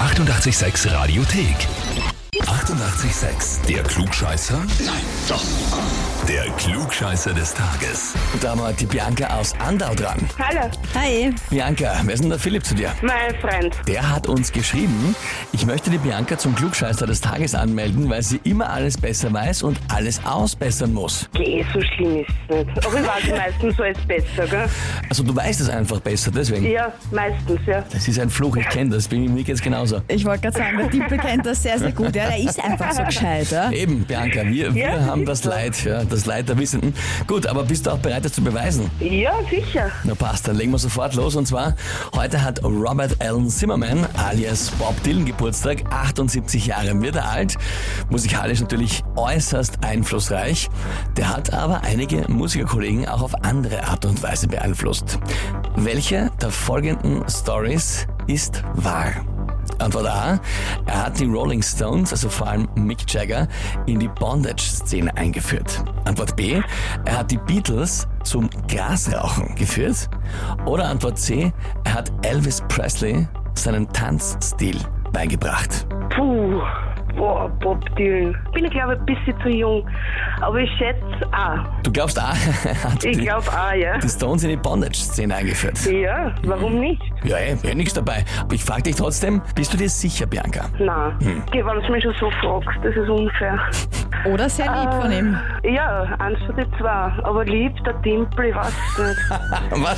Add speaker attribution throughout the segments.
Speaker 1: 886 Radiothek. 88,6. Der Klugscheißer? Nein, doch. Der Klugscheißer des Tages. Da haben wir die Bianca aus Andau dran.
Speaker 2: Hallo,
Speaker 3: Hi.
Speaker 1: Bianca, wer ist denn der Philipp zu dir?
Speaker 2: mein Freund.
Speaker 1: Der hat uns geschrieben, ich möchte die Bianca zum Klugscheißer des Tages anmelden, weil sie immer alles besser weiß und alles ausbessern muss.
Speaker 2: Geh, so schlimm ist es nicht. Aber ich weiß meistens alles besser, gell?
Speaker 1: Also du weißt es einfach besser, deswegen.
Speaker 2: Ja, meistens, ja.
Speaker 1: Das ist ein Fluch, ich kenne das, bin mir jetzt genauso.
Speaker 3: Ich wollte gerade sagen, der Tippel kennt das sehr, sehr gut. Ja, der ist einfach so gescheit. Ja?
Speaker 1: Eben, Bianca, wir,
Speaker 2: Ja,
Speaker 1: wir
Speaker 2: das
Speaker 1: haben
Speaker 2: ist
Speaker 1: das
Speaker 2: so.
Speaker 1: Leid, ja, das Leid der Wissenden. Gut, aber bist du auch bereit, das zu beweisen?
Speaker 2: Ja, sicher.
Speaker 1: Na passt, dann legen wir sofort los. Und zwar, heute hat Robert Allen Zimmerman, alias Bob Dylan, Geburtstag, 78 Jahre wird er alt, musikalisch natürlich äußerst einflussreich. Der hat aber einige Musikerkollegen auch auf andere Art und Weise beeinflusst. Welche der folgenden Stories ist wahr? Antwort A. Er hat die Rolling Stones, also vor allem Mick Jagger, in die Bondage-Szene eingeführt. Antwort B. Er hat die Beatles zum Grasrauchen geführt. Oder Antwort C. Er hat Elvis Presley seinen Tanzstil beigebracht.
Speaker 2: Puh, boah, Bob Dylan. Bin ich, glaube ich, ein bisschen zu jung. Aber ich schätze auch.
Speaker 1: Du glaubst A. Er hat
Speaker 2: Ich
Speaker 1: die,
Speaker 2: glaube auch, ja.
Speaker 1: die Stones in die Bondage-Szene eingeführt.
Speaker 2: Ja, warum nicht?
Speaker 1: Ja, eh, ey, wär nix dabei. Aber ich frag dich trotzdem, bist du dir sicher, Bianca?
Speaker 2: Nein. Geh, wenn du mich schon so fragst, das ist unfair.
Speaker 3: Oder sehr lieb von ihm.
Speaker 2: Ja, eins von den zwei. Aber lieb, der Timpel, ich weiß nicht.
Speaker 1: Was?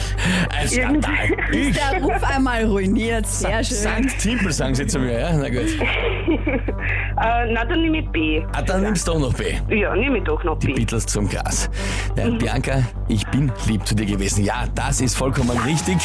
Speaker 1: Ein
Speaker 2: Irgendwie-
Speaker 1: Skandal. Ich,
Speaker 3: Der Ruf einmal ruiniert, sehr schön.
Speaker 1: Sankt Timpel sagen sie zu mir, ja? Na gut.
Speaker 2: Äh, na, dann nehme ich B.
Speaker 1: Ah, dann nimmst du auch noch B.
Speaker 2: Ja, nehme ich doch noch
Speaker 1: Die
Speaker 2: B.
Speaker 1: Beatles zum Gras. Ja, Bianca, ich bin lieb zu dir gewesen. Ja, das ist vollkommen richtig.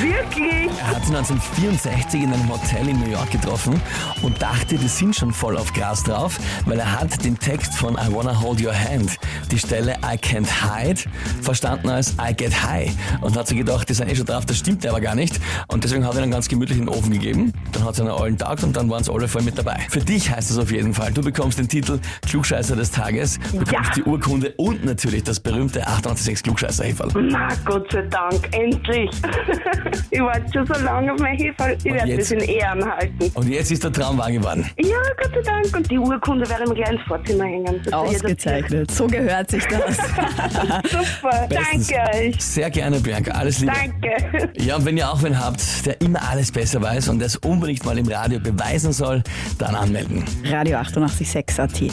Speaker 2: Wirklich?
Speaker 1: Er hat sie 1964 in einem Hotel in New York getroffen und dachte, die sind schon voll auf Gras drauf, weil er hat den Text von I Wanna Hold Your Hand, die Stelle I Can't Hide, verstanden als I Get High und hat sich gedacht, die sind eh schon drauf, das stimmt aber gar nicht und deswegen hat er ihnen ganz gemütlich in den Ofen gegeben, dann hat es einen allen Tag und dann waren es alle voll mit dabei. Für dich heißt es auf jeden Fall, du bekommst den Titel Klugscheißer des Tages, bekommst die Urkunde und natürlich das berühmte 886 klugscheißer -Häferl.
Speaker 2: Na, Gott sei Dank, endlich. ich warte schon so lange auf mein Hefe. Ich werde
Speaker 1: jetzt?
Speaker 2: das in Ehren halten.
Speaker 1: Und jetzt ist der Traum wahr geworden.
Speaker 2: Ja, Gott sei Dank. Und die Urkunde werde ich mir gleich ins Vorzimmer hängen. Das ist ja
Speaker 3: Ausgezeichnet. So gehört sich das.
Speaker 2: jeder- Super.
Speaker 1: Bestens.
Speaker 2: Danke euch.
Speaker 1: Sehr gerne, Bianca. Alles Liebe.
Speaker 2: Danke.
Speaker 1: Ja, und wenn ihr auch wen habt, der immer alles besser weiß und das unbedingt mal im Radio beweisen soll, dann anmelden.
Speaker 3: Radio 886 AT.